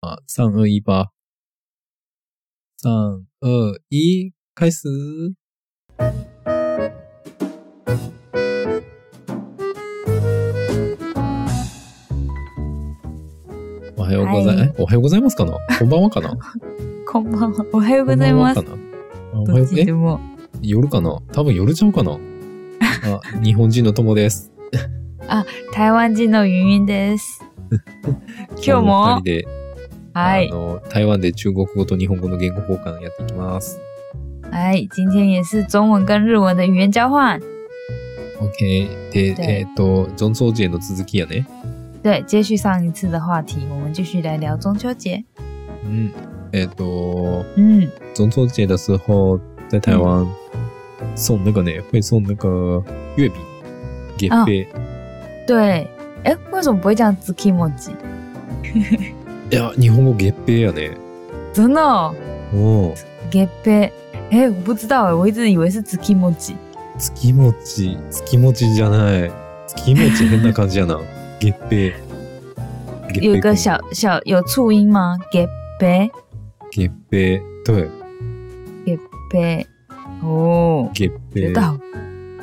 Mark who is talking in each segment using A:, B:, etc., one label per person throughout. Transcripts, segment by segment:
A: 啊，三二一吧，三二一，开始。おはようござい、
B: はい
A: えおはようございますかな。こんばんはかな。
B: こんばんは。おはよう
A: お
B: ございます。
A: かな。あおは
B: ど
A: よ
B: っ
A: う
B: ち
A: え
B: でも。
A: 夜かな。多分夜ちゃうかな。あ、日本人の友です。
B: 台湾人のユ ミです。今日
A: 二
B: も
A: 人、で、
B: は
A: あ
B: い、
A: の台湾で中国語と日本語の言語交換やっていきます。
B: はい、今天也是中文跟日文的语言交换。
A: OK。で、
B: 对
A: えっ、と、ジョン・ソージェの続きやね。
B: 对，接续上一次的话题，我们继续来聊中秋节。
A: うん。えっ、と、
B: 嗯，
A: 中秋节的时候在台湾送那个呢，会送那个月饼给
B: 啊
A: 费。
B: 对。哎，为什么不会讲 z u k i m o j i
A: いや、日本語月餅やね。
B: 真的、哦，
A: うん。
B: 给呗。哎，我不知道哎，我一直以为是 z u k i m o j i
A: 月餅、月餅じゃない。月餅変な感じや な。月餅。月餅
B: 有一个小小有促音吗？给呗
A: 月餅。对，
B: 呗。哦，
A: 月
B: 学
A: 餅。
B: 到了，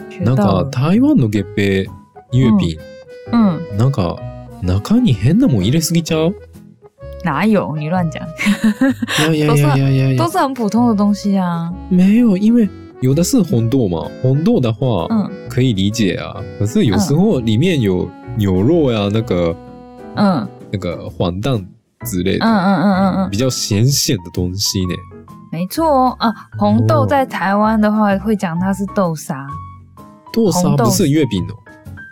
B: 学
A: なんか
B: 到了。
A: 台湾の月餅、月餅、
B: 嗯，
A: なんか中に変なもん入れすぎちゃう
B: 哪有？你乱讲。
A: いやいやいやいやいやい
B: 都
A: 呀，
B: 是很普通的东西啊。
A: 没有，因为有的是红豆嘛，红豆的话
B: 嗯
A: 可以理解啊，可是有时候里面有牛肉呀、那个
B: 嗯
A: 那个黄蛋之类
B: 嗯嗯
A: 的，
B: 嗯嗯嗯，
A: 比较咸咸的东西呢。
B: 没错哦。啊，红豆在台湾的话会讲它是豆沙，
A: 豆沙
B: 红豆
A: 不是月饼哦，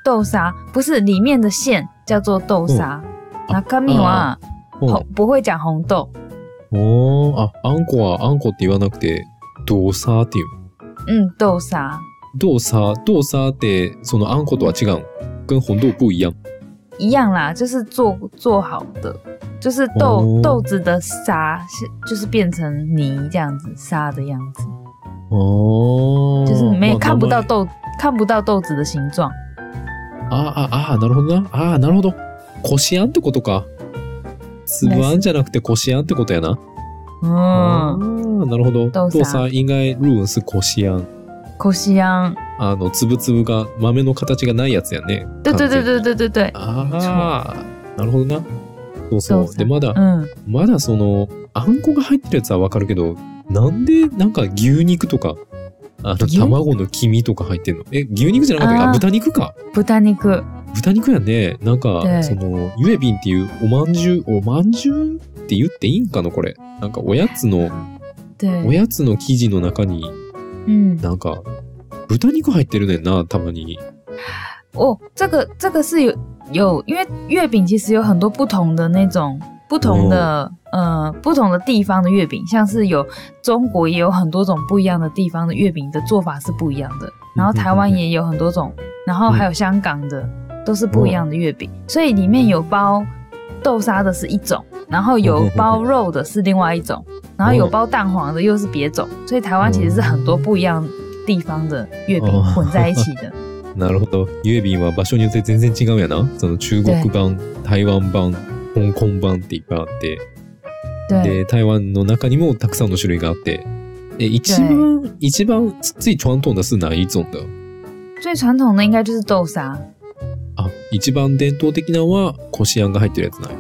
B: 豆沙不是里面的馅叫做豆沙。
A: 嗯
B: 那卡米
A: 哦
B: 瓦啊红不会讲红豆，
A: 哦啊，あんこはあんこって言わなくて豆沙っていう。
B: 嗯，豆沙
A: 豆沙豆沙ってそのあんことは違う。跟红豆不一样。
B: 一样啦，就是做做好的，就是豆、
A: 哦
B: 豆子的沙是就是变成泥这样子沙的样子，
A: 哦，
B: 就是没、
A: まあ
B: 看不到豆看不到豆子的形状。
A: ああ、ああ、なるほどな。ああ、なるほど。こしあんってことか。つぶあんじゃなくてこしあんってことやな。あ哦
B: 嗯，
A: ーなるほど。
B: 豆沙
A: 豆沙应该入文是こしあん。
B: 可惜啊。
A: あの、つぶつぶが、豆の形がないやつやね。
B: 对对
A: 完
B: 对
A: 全に。
B: 对对对对，
A: ああ、なるほどな。そうそ。
B: そうう
A: で、まだ、
B: 嗯，
A: まだその、あんこが入ってるやつはわかるけど、なんで、なんか牛肉とか、あの、
B: 牛
A: 卵の黄身とか入ってんのえ、牛肉じゃなかったっけ
B: あ
A: あ、
B: ー
A: 豚肉か。
B: 豚肉。
A: 豚肉やね。なんか、
B: 对
A: その、ゆえびんっていうおまんじゅう、おまんじゅうって言っていいんかなこれ。なんか、おやつの、お
B: 对，
A: やつの生地の中に、
B: 嗯，
A: なんか、豚肉入ってるねんな、たまに。
B: 哦，这个这个是有有，因为月饼其实有很多不同的那种不同的、呃不同的地方的月饼，像是有中国也有很多种不一样的地方的月饼的做法是不一样的，然后台湾也有很多种，然后还有香港的都是不一样的月饼，所以里面有包豆沙的是一种，然后有包肉的是另外一种，然后有包蛋黄的又是别种，所以台湾其实是很多不一样地方的月饼
A: 哦
B: 混在一起的。
A: なるほど。ゆえびんは場所によって全然違うやな。その、中国版、台湾版、香港版っていっぱいあって。
B: 对，
A: で、台湾の中にもたくさんの種類があって。え、一番、一番、最传统的是哪一种的
B: 最传统的应该就是豆沙。
A: あ、一番伝統的なのは、こしあんが入ってるやつなんや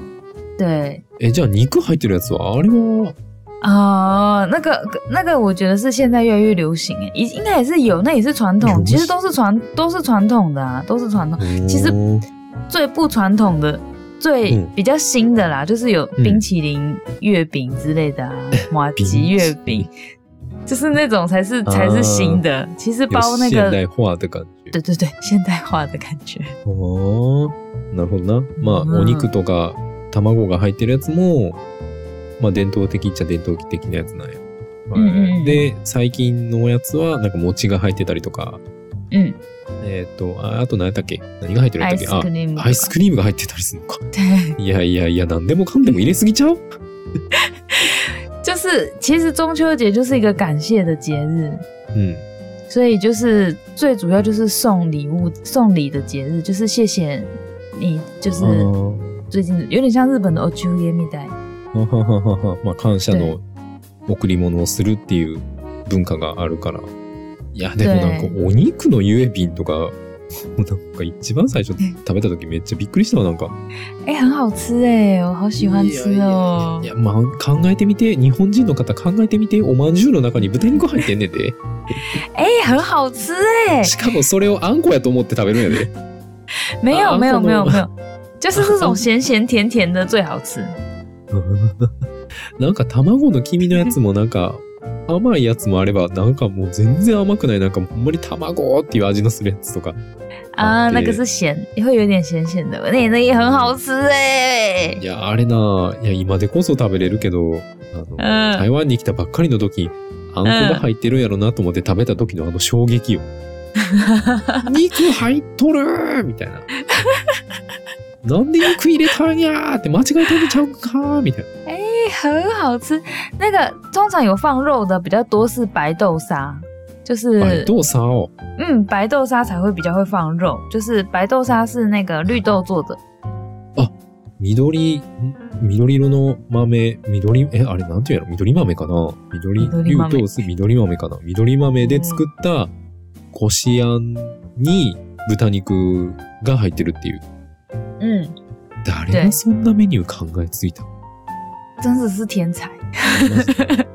B: 对，
A: え、じゃあ肉入ってるやつはあれは、
B: 啊、那个那个，我觉得是现在越来越流行诶，应应该也是有，那也是传统，
A: 流行
B: 其实都是传都是传统的啊，都是传统。其实
A: おー
B: 最不传统的、最
A: 嗯
B: 比较新的啦，就是有
A: 嗯
B: 冰淇淋月饼之类 的啊，马
A: 冰呃
B: 吉月饼，就是那种才是才是新的。其实包那
A: 有现
B: 个，
A: 代化的感觉。
B: 对对对，现代化的感觉。
A: おーなるほどな。まあ、
B: うん
A: お肉とか卵が入ってるやつも、まあ、伝統的っちゃ伝統的なやつなんや。
B: んうんうん
A: で、最近のやつは、なんか餅が入ってたりとか、
B: 嗯，
A: えっ、と、ああと何やったっけ何が入ってるんやった
B: アイ
A: っけ
B: ス
A: あ
B: ク、リーム，
A: アイスクリームが入ってたりするのか。
B: 对。
A: いやいやいや、何でもかんでも入れすぎちゃう
B: 就是其实中秋节就是一个感谢的节日，
A: うん。
B: 所以就是最主要就是送礼物、送礼的节日，就是谢谢你，就是
A: あー
B: 哦最近有点像日本的 o c h u y e m i d a i
A: はははははまあ、感謝の贈り物をするっていう文化があるから。いや、でもなんか、お肉のゆえ瓶とか、 なんか一番最初食べた時めっちゃびっくりしたわ、なんか。
B: 哎、很好吃哎、我好喜欢吃哦
A: い。や、まあ、考えてみて、日本人の方考えてみて、おまんじゅうの中に豚肉入ってんねんで。
B: 哎、很好吃 哎、
A: しかもそれをあんこやと思って食べるんや で。
B: 没有
A: 啊
B: 没有
A: 什么
B: 没有没有，就是这种咸咸甜甜的最 好吃。
A: なんか卵の黄身のやつもなんか、甘いやつもあれば、なんかもう全然甘くない、なんかほんまに卵っていう味のするやつとか。
B: 啊，
A: 啊
B: 那个
A: 对
B: 是咸，会有点咸咸的，那那也很好吃哎、
A: いや、あれな、いや、今でこそ食べれるけど、あの、台
B: 嗯，
A: 湾に来たばっかりの時、あんこが入ってるんやろなと思って食べた時のあの衝撃よ。肉入っとるーみたいな。なんで肉入れたんやーって間違え食べちゃうんかーみたいな。
B: 哎很好吃。那个通常有放肉的比较多是白豆沙，就
A: 白
B: 是
A: 豆沙を。
B: 嗯白豆沙才会比较会放肉，就是白豆沙是那个绿豆做的，
A: 緑、ん緑色の豆、緑、え、あれなんていうの緑豆かな緑、
B: 緑豆
A: 豆豆ス、緑豆かな緑豆で作ったこしあんに豚肉が入ってるっていう。
B: 嗯，
A: 誰がそんなメニュー考えついたの
B: 真的是天才。
A: マジで不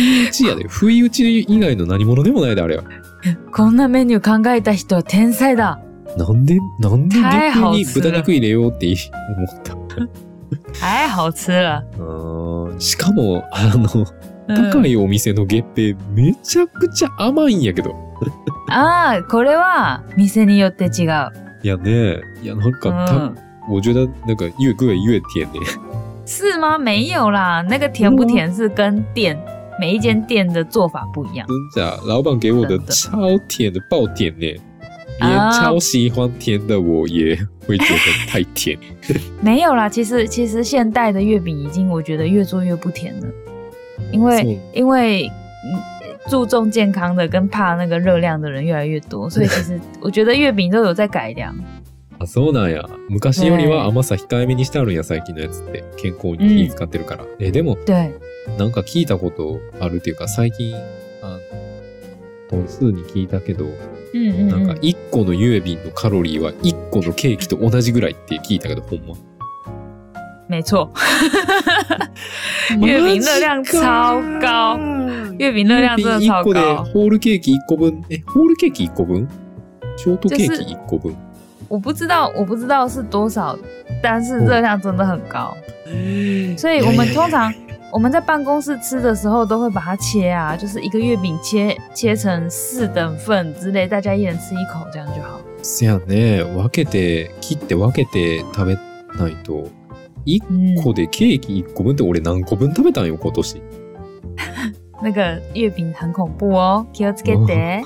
A: 意打ちやで。不意打ち以外の何者でもないで、あれは。
B: こんなメニュー考えた人は天才だ。
A: なんで、なんで
B: 太
A: 逆
B: 好
A: に
B: 吃了
A: 豚肉入れようって思った。
B: 太哎好吃了。
A: うーんしかも、あの、
B: 嗯
A: 高いお店の月餅めちゃくちゃ甘いんやけど。
B: ああ、これは店によって違う。
A: いやね、いやなん
B: う
A: か、た
B: ん、
A: 我觉得なんか越贵越甜ね。
B: 是吗？没有啦，那个甜不甜是跟店每一间店的做法不一样。
A: 真假？老板给我的
B: 真的
A: 超甜的爆甜呢，连
B: 啊
A: 超喜欢甜的我也会觉得太 甜。
B: 没有啦，其实其实现代的月饼已经我觉得越做越不甜了，因为
A: そう
B: 因为嗯注重健康的跟怕那个热量的人越来越多，所以其实我觉得月饼都有在改良。
A: あそうなんや。昔よりは甘さ控えめにしてあるんや、最近のやつって。健康に気遣ってるから。え、でも、
B: 对，
A: なんか聞いたことあるっていうか、最近、あ本数に聞いたけど、
B: 嗯
A: なん
B: 嗯
A: か
B: 嗯，
A: 1個のゆえ瓶のカロリーは1個のケーキと同じぐらいって聞いたけど、ほん ま。
B: 没错，月饼热量超高，月饼热量真的超
A: 1個で
B: 高。
A: ホールケーキ1個分。え、ホールケーキ1個分ショートケーキ1個分。
B: 我不知道，我不知道是多少，但是热量真的很高，
A: 哦
B: 所以我们通常我们在办公室吃的时候都会把它切啊，就是一个月饼切切成四等份之类，大家一人吃一口，这样就好。
A: せやね、分けて、切って分けて食べないと。
B: 嗯
A: 1個でケーキ1個分って俺何個分食べたんよ、今年。
B: 那个月饼很恐怖哦 k i t k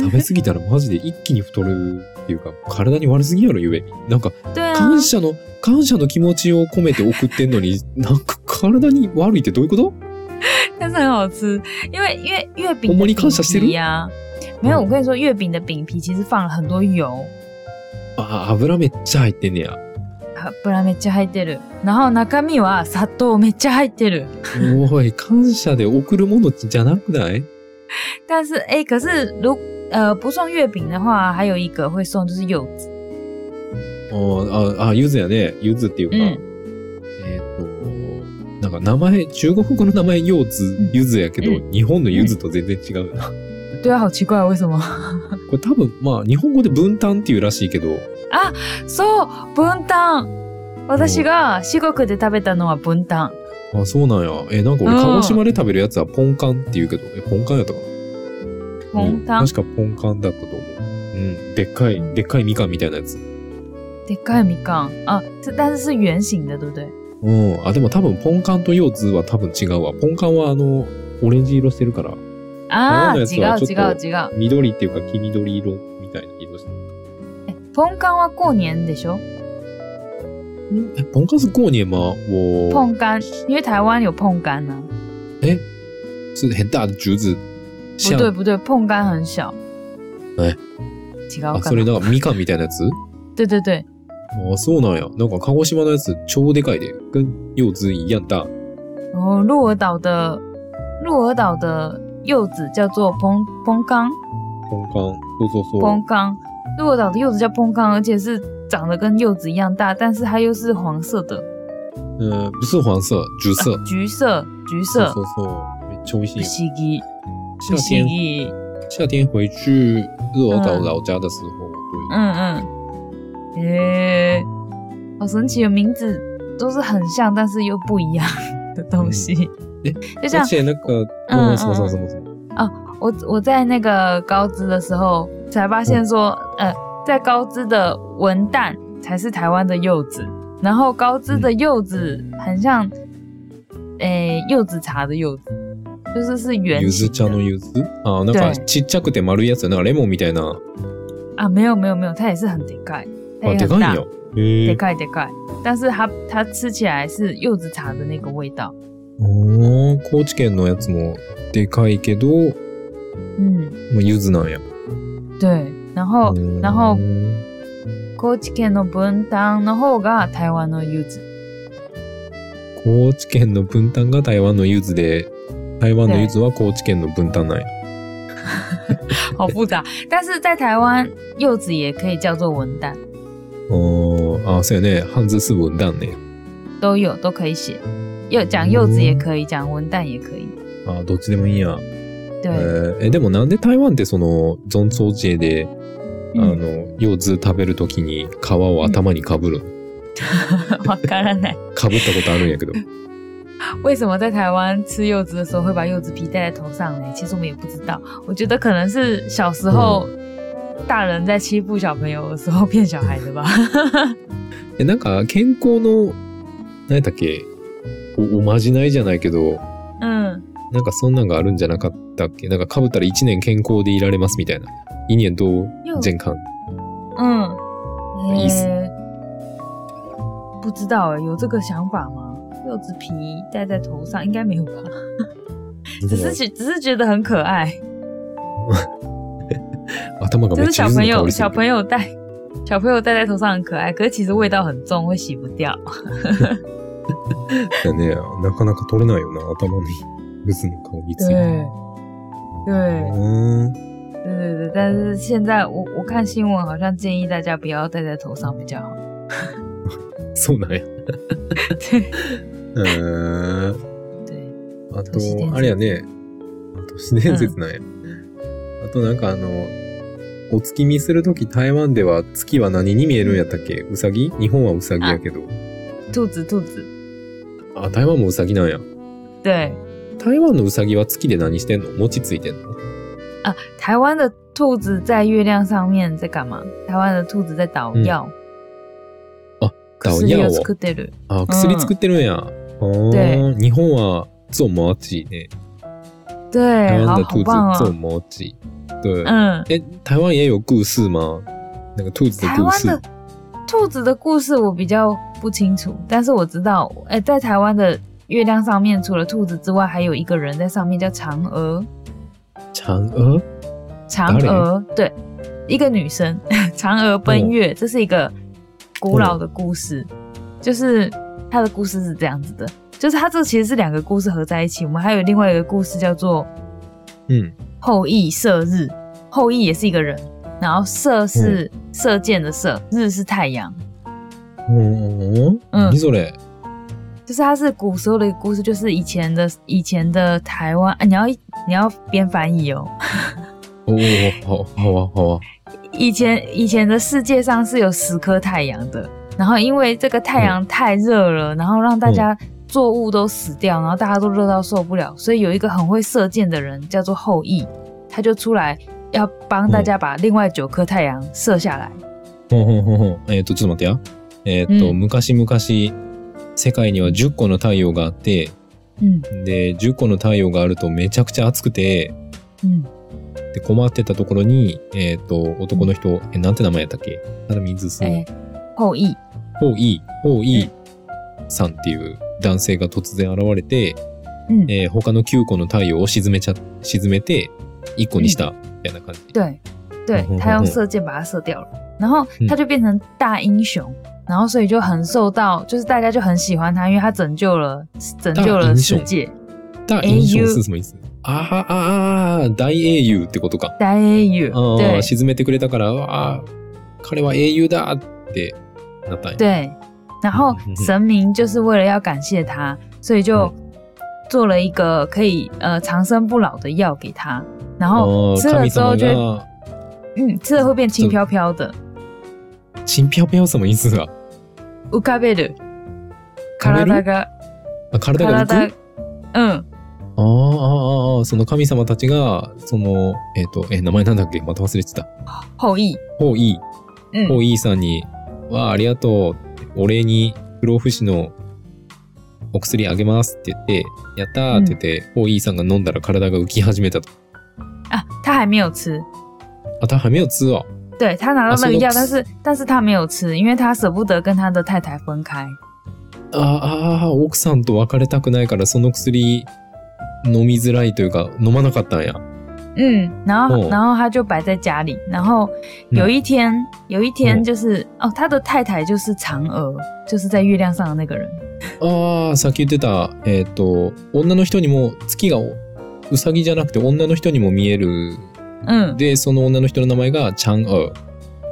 A: 食べ過ぎたらマジで一気に太るっていうか、体に悪すぎやろ、ゆえに。なんか、
B: 对啊，
A: 感謝の、感謝の気持ちを込めて送ってんのに、なんか体に悪いってどういうこと
B: 但是很好吃，因为因为月饼
A: 我模
B: 的
A: 拟看
B: 饼
A: 小
B: 皮呀、没有，我跟你说，月饼的饼皮其实放了很多油。
A: あ、油めっちゃ入ってんねや。
B: 油めっちゃ入ってる。然后中身は砂糖めっちゃ入ってる。
A: おい、感謝で送るものじゃなくない
B: 但是哎、诶可是如呃不送月饼的话，还有一个会送就是柚子。
A: おあ、あ、ゆずやね。ゆずっていうか、
B: うん
A: えっ、と、なんか名前、中国語の名前、柚
B: う
A: 子
B: ん、
A: ゆずやけど、
B: う
A: 日本のゆずと全然違うな。こ
B: 对啊，好奇怪，为什么？
A: れ多分、まあ、日本語で分担っていうらしいけど、
B: そう、分担。私が四国で食べたのは分担。
A: あ、そうなんや。え、なんか俺、
B: うん
A: 鹿児島で食べるやつはポンカンって言うけど、え、ポンカンやったかな
B: 分
A: う
B: 担
A: ん。確かポンカンだったと思う。うん。でっかい、でっかいみかんみたいなやつ。
B: でっかいみかん。あ、这但是是圆形的，对不对？
A: うん。あ、でも多分、ポンカンと腰痛は多分違うわ。ポンカンはあの、オレンジ色してるから、
B: ああ、違
A: 台湾のや
B: う
A: つ
B: 違
A: は
B: う違う。
A: 緑っていうか黄緑色みたいな色してる。
B: ポンカンは过年でしょ？
A: んえ、ポンカン是过年吗我
B: ポンカン，因为台湾有碰柑呢、啊。
A: 是很大的橘子。
B: 不
A: 像
B: 对不对，碰柑很小。
A: え
B: 違う
A: あ、
B: か
A: それ
B: な。
A: なんかみかんみたいなやつ
B: 啊对对对，
A: あ、そうなんや。なんか鹿児島のやつ超でかいで。跟柚子一样大。
B: 然后哦鹿儿岛的鹿儿岛的柚子叫做蓬蓬冈
A: 崩缸，做做
B: 蓬
A: 做，
B: 冈，鹿儿岛的柚子叫蓬冈，而且是长得跟柚子一样大，但是它又是黄色的，
A: 呃，不是黄色，橘色，
B: 橘色橘
A: 做
B: 色，
A: 做做，めっちゃ美味し
B: 不
A: い。夏
B: 思议不思
A: 天
B: 议，
A: 夏天回去鹿儿岛老家的时候，对，
B: 嗯嗯，诶、好神奇的名字都是很像，但是又不一样的东西，
A: 诶
B: 就
A: 而
B: 像
A: 且那个，
B: 嗯
A: 嗯，
B: 嗯
A: 什么什么什么什么，
B: 我我在那个高知的时候才发现说，呃，在高知的文旦才是台湾的柚子，然后高知的柚子很像，诶、柚子茶的柚子，就是是圆
A: 柚子
B: 形
A: ちゃん
B: 的
A: の柚子啊，なんか
B: 对
A: ちっちゃくて丸いやつ、なんかレモンみたいな、
B: 啊，没有没有没有，它也是很得哦盖，它
A: あ、
B: 也
A: で
B: 很
A: かい
B: 大
A: ん，よ。へ
B: 得
A: え。
B: 盖得盖，但是它它吃起来是柚子茶的那个味道，
A: おー高知県のやつもでかいけど、も
B: 嗯，
A: う柚子なんや。
B: 对，然后
A: うん
B: 然后高知県の文旦の方が台湾の柚 子。
A: 高知県の分担が台湾の柚子で、台湾の柚子は高知県の分担なんや。
B: 好复杂。但是在台湾，柚子也可以叫做文旦，
A: おーあ、そうやね。半ずす分担ね。
B: 都有都可以写。柚讲柚子也可以，讲文旦也可以。
A: あ、どっちでもいいんや。え
B: 对，
A: ーえ、でもなんで台湾ってその、ゾンソージェで、あ
B: 嗯，
A: の、柚子食べるときに皮を頭にかぶるの
B: わからない。
A: かぶったことあるんやけ ど。
B: 为什么在台湾吃柚子的时候会把柚子皮戴在头上呢？其实我们也不知道。我觉得可能是小时候大人在欺负小朋友的时候骗小孩的吧。
A: え、なんか、健康の、何やったっけお、おまじないじゃないけど、
B: 嗯，
A: なんかそんなんがあるんじゃなかったっけなんかかぶったら1年健康でいられますみたいな。一年どう
B: 柚子
A: 全巻。
B: 嗯，
A: 意思
B: 诶不知道哎、有这个想法吗？柚子皮戴在头上应该没有吧？只是觉只是觉得很可爱，
A: 頭が
B: 就
A: めっ
B: 是
A: ちゃ
B: 小
A: 柚子
B: 朋
A: の香
B: 友
A: りする。
B: 小朋友戴小朋友戴在头上很可爱，可是其实味道很重，会洗不掉。
A: だね、なかなか取れないよな、頭に。柚子の香りつい
B: 对
A: て。
B: 对
A: うーん。
B: 对对对，但是现在我我看新闻好像建议大家不要戴在头上比较好。
A: そうなんや。
B: 对
A: うーん。
B: 对，
A: あ
B: 都市伝
A: と、
B: 説
A: あれやね。あ都市伝説なんや。あとなんかあの、お月見するとき台湾では月は何に見えるんやったっけうさぎ日本はうさぎやけど。
B: 兔子兔子，
A: あ、台湾もうさぎなんや。
B: 对
A: 台湾のうさぎは月で何してんの餅ついてんの
B: 啊，台湾的兔子在月亮上面在干嘛？台湾的兔子在捣
A: 嗯哦
B: 药，
A: ダウヤ
B: を
A: を。
B: 作ってる。
A: あ、薬作ってるんや。あー日本はゾウモチね。台湾
B: 对，好
A: 的
B: 好
A: 兔子
B: 棒
A: 做
B: 哦。
A: 摩羯，对，
B: 嗯，
A: 哎、台湾也有故事吗？那个兔子的
B: 台
A: 故
B: 湾
A: 事
B: 的兔子的故事我比较不清楚，但是我知道，哎、在台湾的月亮上面，除了兔子之外，还有一个人在上面叫嫦娥。
A: 嫦娥，
B: 嫦娥，对，一个女生， 嫦娥奔月，这是一个古老的故事，就是它的故事是这样子的，就是它这其实是两个故事合在一起。我们还有另外一个故事叫做
A: 嗯
B: 后羿射日，后羿也是一个人，然后射是射箭的射，日是太阳。
A: 哦，
B: 嗯
A: 你说嘞，
B: 就是它是古时候的一个故事，就是以前的以前的台湾，啊、你要你要边翻译哦。
A: 哦，好，好啊，好啊，
B: 以前以前的世界上是有十颗太阳的，然后因为这个
A: 嗯
B: 太阳太热了，然后让大家作物都死掉，然后大家都热到受不了，所以有一个很会射箭的人叫做后羿，他就出来要帮
A: 嗯
B: 大家把另外九颗太阳射下来。
A: ほんほんほんほんえっ、と、ちょっと待ってや。えっ、と、
B: うん
A: 昔々、世界には10個の太陽があって、
B: 嗯
A: で、10個の太陽があるとめちゃくちゃ暑くて、
B: 嗯，
A: で、困ってたところに、えっ、と、男の人、え、なんて名前やったっけただ水す
B: 哎、后羿，
A: 方イ方イさんっていう男性が突然現れて、
B: 嗯，
A: えー他の9個の太陽を沈めちゃ、沈めて、1個にした、みたいな感じ。
B: 对对
A: 嗯
B: 他
A: 嗯
B: 用
A: 嗯
B: 射箭把它射掉了，然后
A: 嗯
B: 他就变成大英雄，然后所以就很受到，就是大家就很喜欢他，因为他拯救了拯救
A: 大
B: 了
A: 英
B: 世
A: 雄
B: 界。
A: 大英雄是什么意思ああああ大英雄ってことか。
B: 大英雄，
A: あ
B: 对
A: あ沈めてくれたから、ああ彼は英雄だってなったんや。
B: 对，然后
A: 嗯嗯嗯
B: 神明就是为了要感谢他，所以就
A: 嗯
B: 做了一个可以呃长生不老的药给他，然
A: あ
B: 后
A: あ
B: 吃了
A: 神
B: 之
A: 様
B: 后就会
A: が、
B: 嗯吃了会变轻飘飘的。
A: チンピョピョ什么意思だ
B: 浮かべる。
A: 浮かべ
B: 体
A: る
B: が、
A: あ体が浮く
B: 体、嗯うん。
A: ああああああ、その神様たちが、その、えっ、と、え、名前なんだっけまた忘れてた。
B: 后羿。嗯
A: ホーイ
B: う
A: ー、ホ
B: ん。
A: ーイーさんに、わあ、ありがとう。お礼に不老不死のお薬あげますって言って、やったーって言って、ホーイーさんが飲んだら体が浮き始めたと。
B: 啊，他还没有吃。
A: あ、他还没有吃哦。
B: 对他拿到那个药，
A: 啊
B: 但
A: 所
B: 是但是他没有吃，因为他舍不得跟他的太太分开。
A: ああ、奥さんと別れたくないから、その薬飲みづらいというか、飲まなかったんや。
B: 嗯，然后
A: 哦
B: 然后他就摆在家里，然后有一天有一天就是哦，他的太太就是嫦娥，就是在月亮上的那个人。
A: ああ、さっき言ってた、えっ、と、女の人にも、月がおうさぎじゃなくて女の人にも見える。
B: 嗯，
A: で、その女の人の名前がチャンア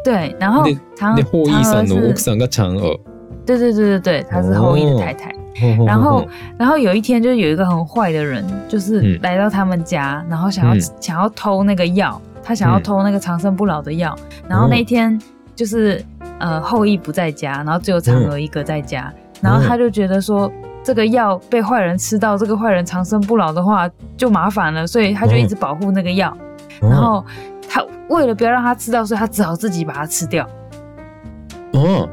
B: 对，然后
A: 对
B: 嫦
A: ウ。で、ホーイー
B: 嫦
A: さ
B: 娥
A: んの奥
B: 是，
A: さんがチャンア
B: 对对对对对，她是后羿的
A: 哦
B: 太太。
A: ウ。
B: 然后，然后有一天，就是有一个很坏的人，就是
A: 嗯
B: 来到他们家，然后想要、
A: 嗯
B: 想要偷那个药，他想要
A: 嗯
B: 偷那个长生不老的
A: 哦
B: 药。然后那一天就是呃后羿不在家，然后只有嫦娥一个在家，然后他就觉得说。这个药被坏人吃到，这个坏人长生不老的话就麻烦了，所以他就一直保护那个药。
A: 哦
B: 然后他为了不要让他吃到，所以他只好自己把它吃掉。
A: うん、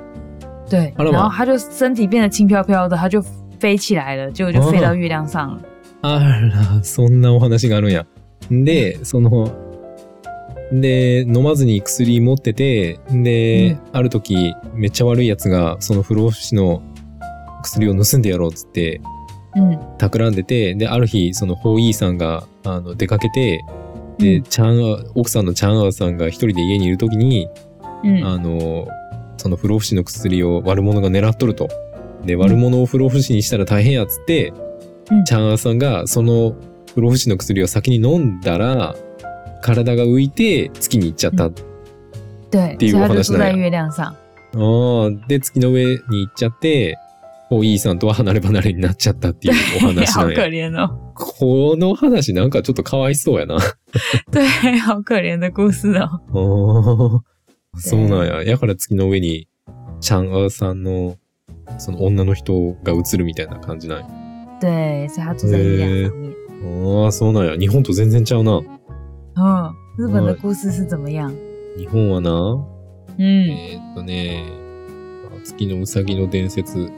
B: 对，
A: 好了
B: 然后
A: 吗
B: 他就身体变得轻飘飘的，他就飞起来了，结果
A: 哦
B: 就飞到月亮上了。
A: あら、そんなお話があるんや。で、その、で、飲まずに薬持ってて、で、ある時、めっちゃ悪い奴が、その不老不死の薬を盗んでやろうっつって、
B: 嗯
A: 企んでて、で、ある日、そのホーイーさんが、あの、出かけて、で、
B: うん
A: チャンア、奥さんのチャンアーさんが一人で家にいる時に、
B: 嗯
A: あの、その不老不死の薬を悪者が狙っとると。で、悪者を不老不死にしたら大変やっつって、
B: うん
A: チャンアーさんがその不老不死の薬を先に飲んだら、体が浮いて月に行っちゃった。
B: う对，所
A: 第
B: 以
A: 一个话
B: 他就
A: 题是
B: 住
A: 哪
B: 在
A: 一个
B: 月亮上。
A: ああで、月の上に行っちゃって、ホーイーさんとは離れ離れになっちゃったっていうお話
B: 好
A: なん
B: 可
A: や。
B: 怜 哦，
A: この話なんかちょっとかわいそうやな。
B: 对，好可怜的故事 哦。
A: おーそうなんや。やから月の上に、チャンアーさんの、その女の人が映るみたいな感じなんや。
B: 对，所以他住在月
A: 呃
B: 亮上面。
A: ああ、そうなんや。日本と全然ちゃうな。
B: 嗯，日本的
A: 哦
B: 故事是怎么样？
A: 日本はな、
B: 嗯
A: えーっとね、月のうさぎの伝説。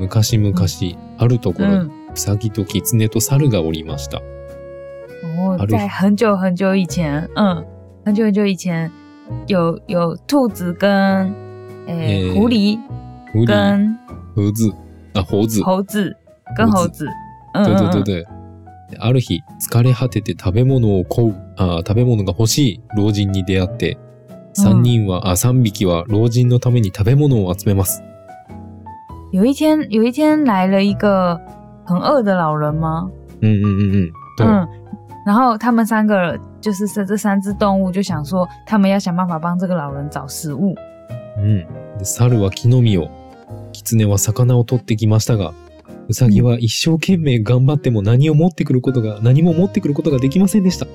A: 昔々、あるところに、
B: 嗯，
A: うさぎと狐と猿がおりました。
B: 哦
A: 好，的
B: 在很久很久以前，嗯，很久很久以前，有有兔子跟诶
A: 诶
B: 狐狸
A: 呃狐狸、
B: 跟
A: 猴子、あ、猴子。
B: 猴子跟猴
A: 猴子
B: 子，嗯
A: 对对
B: 嗯
A: 对
B: 嗯，
A: 对。である日、疲れ果てて食べ物を乞う、あー食べ物が欲しい老人に出会って、三人は、あ、三匹は老人のために食べ物を集めます。
B: 有一天，有一天来了一个很饿的老人吗？
A: うんうんうんうん。と、
B: 嗯，然后他们三个就是这这三只动物就想说，他们要想办法帮这个老人找食物。
A: うん。で、猿は木の実を、狐は魚を取ってきましたが、ウサギは一生懸命頑張っても何を持ってくることが、何も持ってくることができませんでした。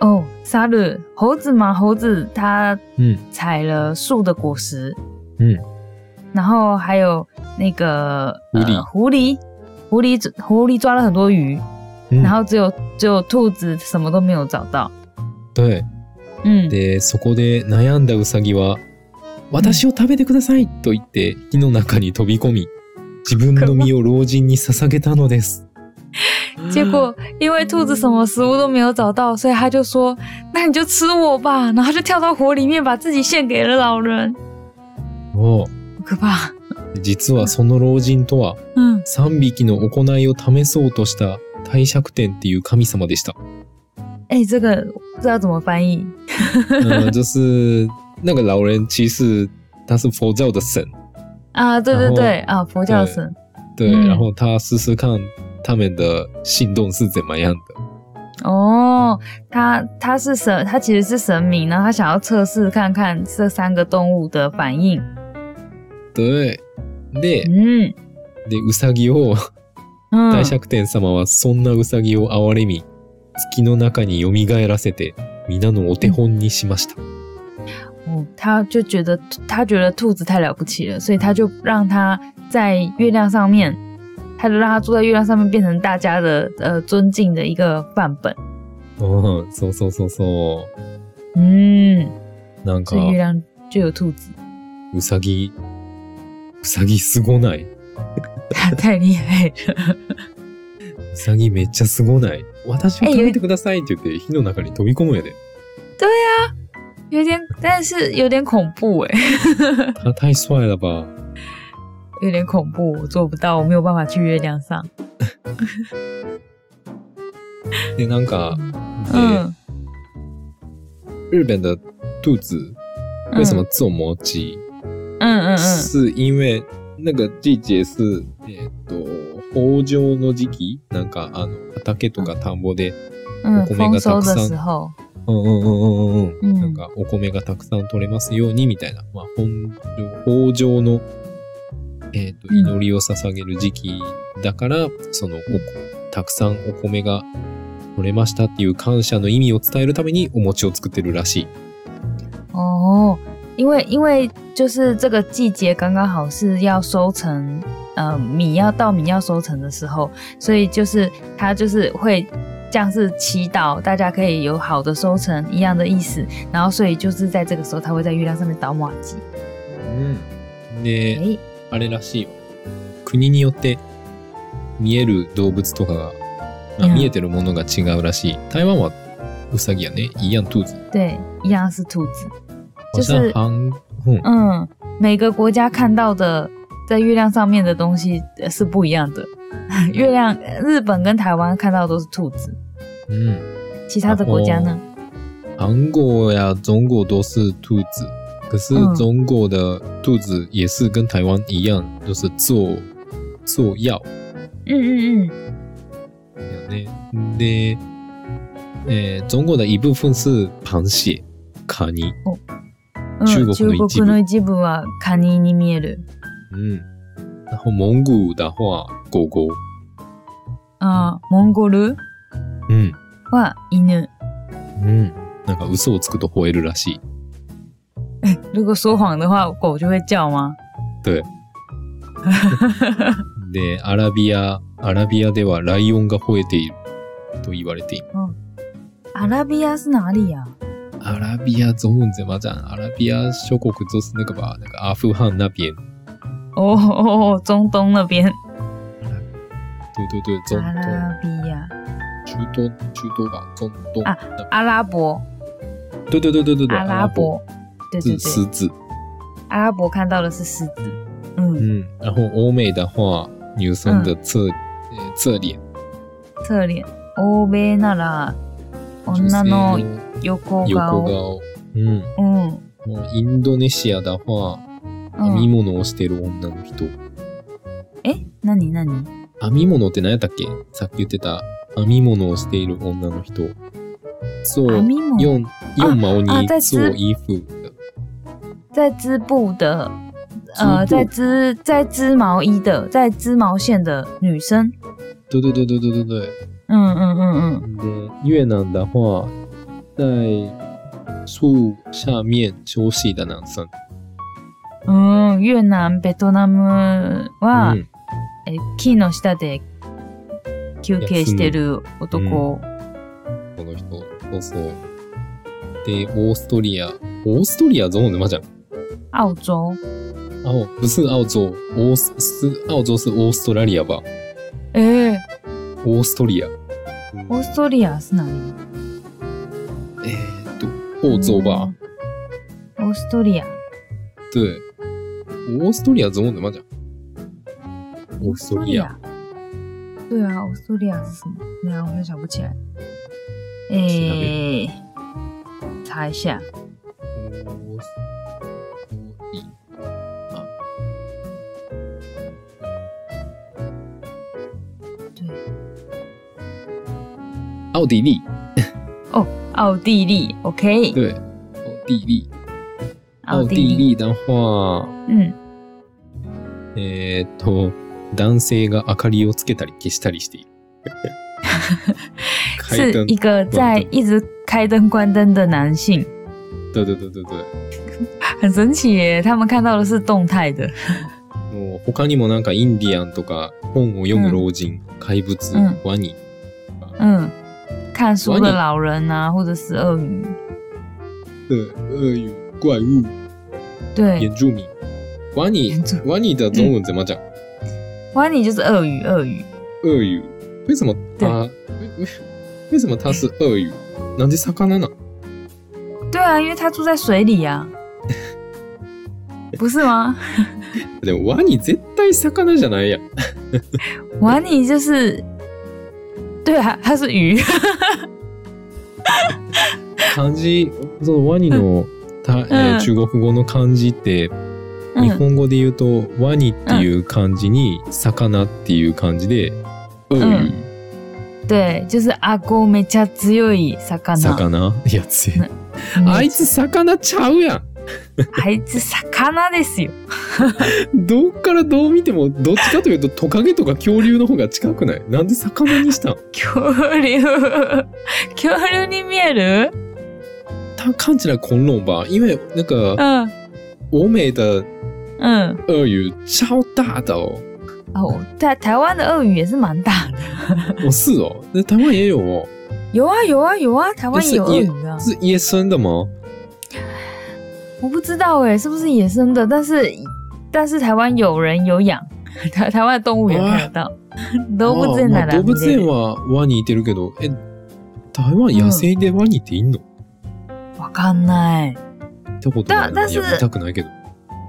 B: 哦，沙鲁猴子嘛，猴子它
A: うん。
B: 采了树的果实，
A: 嗯，
B: 然后还有那个
A: 狐狸嗯
B: 呃、狐狸，狐狸狐狸抓了很多鱼，
A: うん
B: 然后只有只有兔子什么都没有找到。
A: 对
B: 嗯，
A: で、そこで悩んだウサギは、私を食べてくださいと言って火の中に飛び込み、自分の身を老人に捧げたのです。
B: 结果因为兔子什么食物都没有找到，所以他就说：“那你就吃我吧。”然后就跳到火里面，把自己献给了老人，
A: おう
B: 好可怕。
A: 実はその老人とは、
B: 嗯，
A: 3匹の行いを試そうとした帝釈天っていう神様でした。
B: 哎、这个不知道怎么翻译。
A: 嗯，就是那个老人其实他是佛教的神，
B: 啊，对对
A: 然后
B: 对啊，佛教
A: 对
B: 神
A: 对，
B: 嗯
A: 然后他试试看他们的行动是怎么样的，
B: 哦，他他是神，他其实是神明，然后他想要测试看看这三个动物的反应。
A: 对。で、
B: 嗯
A: で、ウサギを、
B: 嗯，
A: 大釈天様は、そんなウサギを憐れみ、月の中に蘇らせて、皆のお手本にしました。
B: 哦，他就觉得他觉得兔子太了不起了，所以他就让他在月亮上面，他就让他坐在月亮上面变成大家的呃尊敬的一个范本。
A: うん、そうそうそうそ
B: 嗯，
A: う。なんか
B: 所，以月亮就有兔子，
A: ウサギ、ウサギすごない。
B: 他太厉害了。
A: ウサギめっちゃすごない。私を食べてくださいって言って、火の中に飛び込むやで。
B: 有点，但是有点恐怖哎、
A: 他太帅了吧。
B: 有点恐怖，我做不到，我没有办法去月亮上。
A: で、なんか、
B: 嗯，
A: で、日本的兔子
B: 嗯
A: 为什么做摩鸡？
B: 嗯嗯嗯，
A: 是因为那个季节是、えーっと、豊穣の時期なんか、あの、畑とか田んぼで、
B: 嗯，
A: 我每
B: 丰
A: 个
B: 收
A: 早
B: 的
A: 上
B: 时候，嗯
A: うんうんうんうんうんう
B: うん
A: ん。なんか、お米がたくさん取れますように、みたいな。まあ、本豊穣の、えっ、と、
B: うん
A: 祈りを捧げる時期だから、その、おたくさんお米が取れましたっていう感謝の意味を伝えるためにお餅を作ってるらしい。
B: 哦，因为因为就是这个季节刚刚好是要收成，呃，米要稻米要收成的时候，所以就是他就是会这样是祈祷大家可以有好的收成一样的意思，然后所以就是在这个时候他会在月亮上面倒马鸡，
A: うん。で、
B: 哎，
A: あれらしいよ。国によって見える動物とかが、まあ
B: うん
A: 見えてるものが違うらしい。台湾はウサギやね。イヤントゥーズ。
B: 对，一样是兔子，
A: 好
B: 就
A: 像
B: 是
A: 韓、うん。
B: 嗯，每个国家看到的在月亮上面的东西呃是不一样的， 月亮呃日本跟台湾看到的都是兔子，
A: うん。
B: 其他的国家呢？
A: 韩国呀、中国都是兔子，可是
B: 嗯
A: 中国的兔子也是跟台湾一样，就是做做药。
B: 嗯嗯嗯。
A: 对，呃，中国的一部分是螃蟹、卡尼。
B: うん
A: 中国の一部
B: 嗯中国の一部はカニに見える。
A: 嗯，然后蒙古的话，狗狗。
B: あーモンゴル
A: 嗯
B: は犬。
A: 嗯，なんか嘘をつくと吠えるらしい。
B: 如果说谎的话，狗就会叫吗？
A: 对。で、アラビア、アラビアではライオンが吠えていると言われている。
B: アラビア是哪里呀、
A: 阿拉比亚中文怎么讲？阿拉比亚小国就是那个吧，那个阿富汗那边。
B: 哦哦哦，中东那边。
A: 对对对，中
B: 阿
A: 东、
B: 拉比亚，
A: 中东、中东吧，中东。
B: 啊阿拉伯，
A: 对对对对对对，
B: 阿拉伯。对对
A: 是
B: 对，
A: 狮子。
B: 阿拉伯看到的是狮子。嗯，
A: 嗯，然后欧美的话，女生的侧、呃侧脸，
B: 侧脸。欧米なら
A: 就是
B: 女の横
A: 横
B: 顔。
A: 顔。嗯，
B: 嗯
A: もうインドネシア的话，
B: う
A: 編み
B: ん。
A: 物をしてる女の人。
B: え、なになに？
A: 編み物って何やったっけ？さっき言ってた編み物をしている女の人。そう
B: 編。み物。
A: 用用毛
B: 啊
A: 呢
B: 在
A: 做
B: 织
A: 衣服的，
B: 在织布的，呃，
A: 织布
B: 在织在织毛衣的，在织毛线的女生，
A: 对对对对对对对。
B: 嗯嗯嗯
A: 嗯，越南的话，在树下面休息的男生，
B: 嗯嗯，越南、ベトナムは、
A: 嗯，
B: え木の下で休憩してる男。
A: この人、そうそう。で、オーストリア、オーストリアゾーンでまじゃん。
B: 澳洲，
A: あ、不是澳洲，オース是澳洲是オーストラリア吧？
B: 诶、
A: オーストリア。
B: オーストリア是哪里？
A: えーっと、欧洲吧？
B: 嗯。オーストリア，
A: 对，オーストリアゾーンでまじゃん。オーストリア。。
B: 对啊，オーストリア是什么？对啊，我又想不起来。
A: 調べ
B: 诶、欸，查一下。
A: 波波伊啊，
B: 对，
A: 奥地利，
B: 哦，奥地利，OK，
A: 对，奥地利，奥地利的话，
B: 嗯，
A: えーっと、男性が明かりをつけたり消したりしている。开
B: 是
A: 灯
B: 一，个在一直开灯关灯的男性，
A: 对对对对对。
B: 很神奇耶。他们看到的是动态的，
A: もう他にもなんかインディアンとか本を読む老人、怪物、
B: うん
A: ワニ、
B: 嗯，看书
A: 哇
B: 的
A: 你
B: 老人啊，或者是鳄鱼，
A: うん鳄鱼、怪物、
B: 对
A: 原，住民。ワニ
B: 原住、
A: ワニ的中文怎么讲？
B: 哇，你就是鳄鱼，鳄鱼，
A: 鳄鱼。为什么它？为为为什么它是鳄鱼？なんで魚なん？
B: 对啊，因为他住在水 里啊，不是吗？
A: でもワニ絶対魚じゃないやん。
B: 哇，你就是，对啊，他是鱼，
A: 漢字、そのワニの、たえー中国語の漢字って、日
B: 嗯
A: 本語で言うと、ワニっていう漢字に、魚っていう漢字で、
B: ん
A: 鳄
B: う
A: 鱼
B: ん。对，就是阿哥めちゃ強い魚，
A: 魚いや、つえ。あ
B: 嗯
A: いつ魚ちゃうやん。
B: 还是魚ですよ。
A: どっからどう見ても、どっちかというとトカゲとか恐竜の方が近くないなんで魚にしたん
B: 恐竜恐竜に見える
A: 他看起来恐龙吧，因为那个
B: 嗯
A: 欧美的
B: 嗯
A: 鳄鱼超大的哦，
B: 哦，台台湾的鳄鱼也是蛮大的，
A: 哦是哦，那台湾也有哦，
B: 有啊有啊有啊，台湾也有鳄鱼啊，
A: 是野生的吗？
B: 我不知道哎、是不是野生的，但是但是台湾有人有养，台台湾的动物园看得到，动物园
A: ああまあ
B: なら
A: 動
B: 見
A: 物
B: れ
A: 園
B: る。
A: はワニいてるけど、え、台湾野生でワニっていんの？
B: わかんない。
A: 見たことない
B: だ
A: な。
B: だ
A: い
B: 是
A: や見たくないけど。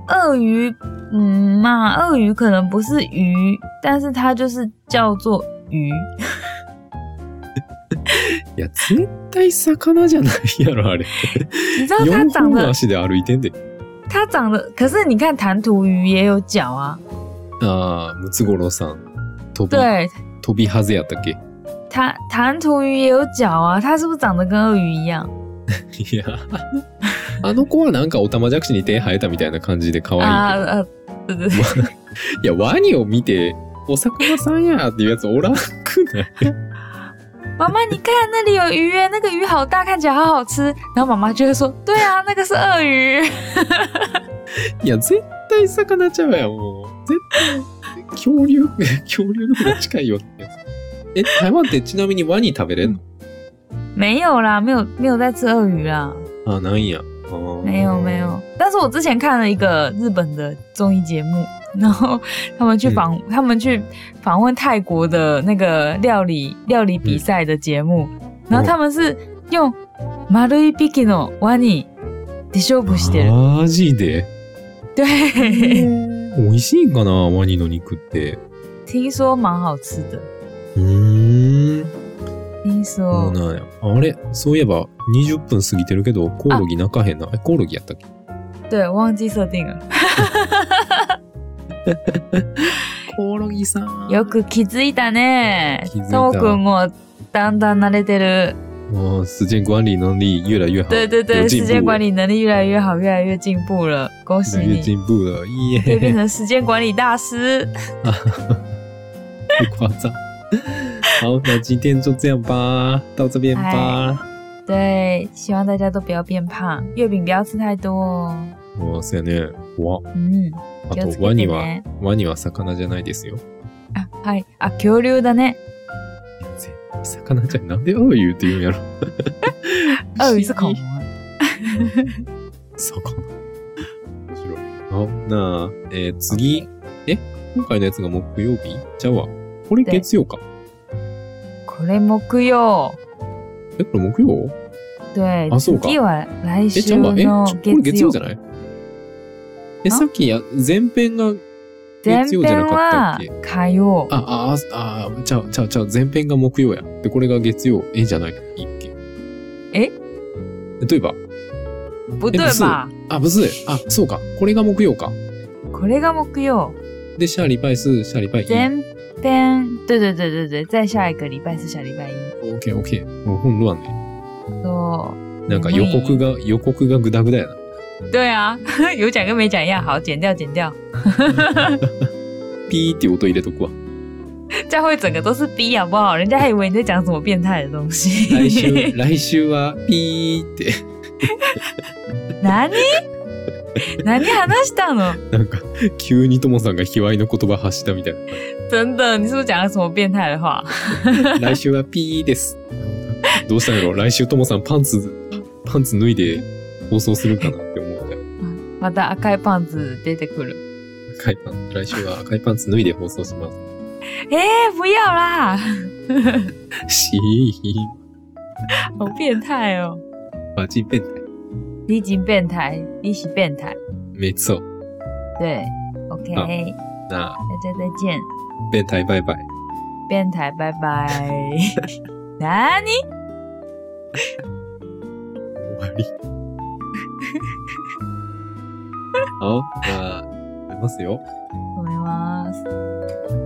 B: 鳄鱼，嗯嘛，鳄鱼可能不是鱼，但是它就是叫做鱼。
A: いや絶対魚じゃないやろあれ。
B: 你知道它
A: 四
B: 长
A: 本
B: 得，
A: 足で歩いてんで。
B: 它长得，可是你看弹涂鱼也有脚啊，
A: ああ、ムツゴロウさん。飛び、
B: 对，
A: 飛びはずやったっけ
B: 弹弹涂鱼也有脚啊，它是不是长得跟鳄鱼一样？
A: いや、あの子はなんかオタマジャクシに手生えたみたいな感じで可
B: 啊
A: 愛い
B: 呃，对对对，
A: けど。いや、ワニを見て、お魚さんやっていうやつおらんくない
B: 妈妈你看那里有鱼耶，那个鱼好大，看起来好好吃。然后妈妈就会说，对啊，那个是鳄鱼。
A: いや、絶対魚ちゃうやん、もう。絶対、恐竜、恐竜の方が近いよってやつ。え、台湾ってちなみにワニ食べれんの
B: 没有啦，没有没有在吃鳄鱼啦，
A: あ、なんや。あー
B: 没有没有。但是我之前看了一个日本的综艺节目，然后他们去访、他们去访问泰国的那个料理料理比赛的节目，然后他们是用丸一匹のワニで勝負してる。
A: マジで
B: 对，
A: 美味しいんかなワニの肉って。
B: 听说蛮好吃的，
A: うーん。
B: 听
A: そう
B: 说
A: なんや。あれそういえば、20分過ぎてるけど、コオロギ泣かへんな。え、コオロギやったっけ
B: 对，忘记设定了。
A: コオロギさん
B: よく気づいたね
A: 気づい。た
B: ともくんもだんだん慣れてる。
A: もう、時間管理能力越来越好。
B: 对对对，
A: 有进
B: 时
A: 步
B: 间管理能力越来越好，越来越进步了，恭喜
A: 越来越
B: 你，
A: 进步了。耶
B: 可以变成时间管理大师。
A: 太夸张。好，那今天就这样吧，到这边吧。
B: 对，希望大家都不要变胖，月饼不要吃太多哦。
A: もう、そうやね。わ。
B: 嗯，
A: あ
B: 気をつ
A: と、
B: け
A: ワ
B: て
A: ニは、
B: ね。
A: ワニは魚じゃないですよ。
B: あ、はい。あ、恐竜だね。
A: 絶対魚じゃない。なんで鳄鱼って言うんやろ。
B: 鳄鱼是恐龙啊。
A: そうか。面白い。好、那、えー次。え今回のやつが木曜日じゃあわ。これ月曜か。
B: これ木曜。
A: え、これ木曜
B: 对，
A: あそうか
B: 次は来
A: え、ち
B: 週
A: ゃうわ。え、ちょ
B: の
A: これ月
B: 月
A: 曜
B: 曜
A: じゃ。ないえ、
B: あ
A: さっきや、前編が、
B: 前
A: 月曜じゃな
B: 編
A: かったっ
B: は
A: け
B: 火曜。
A: あ、あ、あ、あ、ちゃう、ちゃう、ちゃう、前編が木曜や。で、これが月曜。え、じゃないいっけ
B: え
A: 例えば、
B: 不对吧？
A: 啊，不是，啊，そうか。これが木曜か。
B: これが木曜，
A: で、下礼拜是下礼拜一。
B: 前边对对对对对，再下一个礼拜是下礼拜一。
A: OK OK。もう混乱ね。
B: 说
A: なんか予告が、予告がグダグダやな。
B: 嗯对啊， 有讲跟没讲一样。好，剪掉剪掉，
A: ピーって音入れとくわ。
B: 这样会整个都是逼好啊不好？人家还以为你在讲什么变态的东西。
A: 来 週、来週はピーって、
B: 何？何話したの？
A: なんか、急にともさんが卑猥の言葉発したみたいな。
B: 真的，你是不是讲了什么变态的话？
A: 来週はピーです。どうしたんやろ来週ともさんパンツ、パンツ脱いで放送するかなって思ったよ。
B: また赤いパンツ出てくる。
A: 赤いパンツ、来週は赤いパンツ脱いで放送します。
B: 哎、不要啦，
A: しー、
B: 好变态哦！
A: マジペンタイ。
B: 你已经变态，你是变态。
A: めっそう。
B: 对，OK，、
A: 好なあ、
B: 大家再见，
A: ペンタイバイバイ。
B: 变态，拜拜。 哪里？
A: 終わり。好、じゃあ、会いますよ。
B: 我们吗？
A: バイ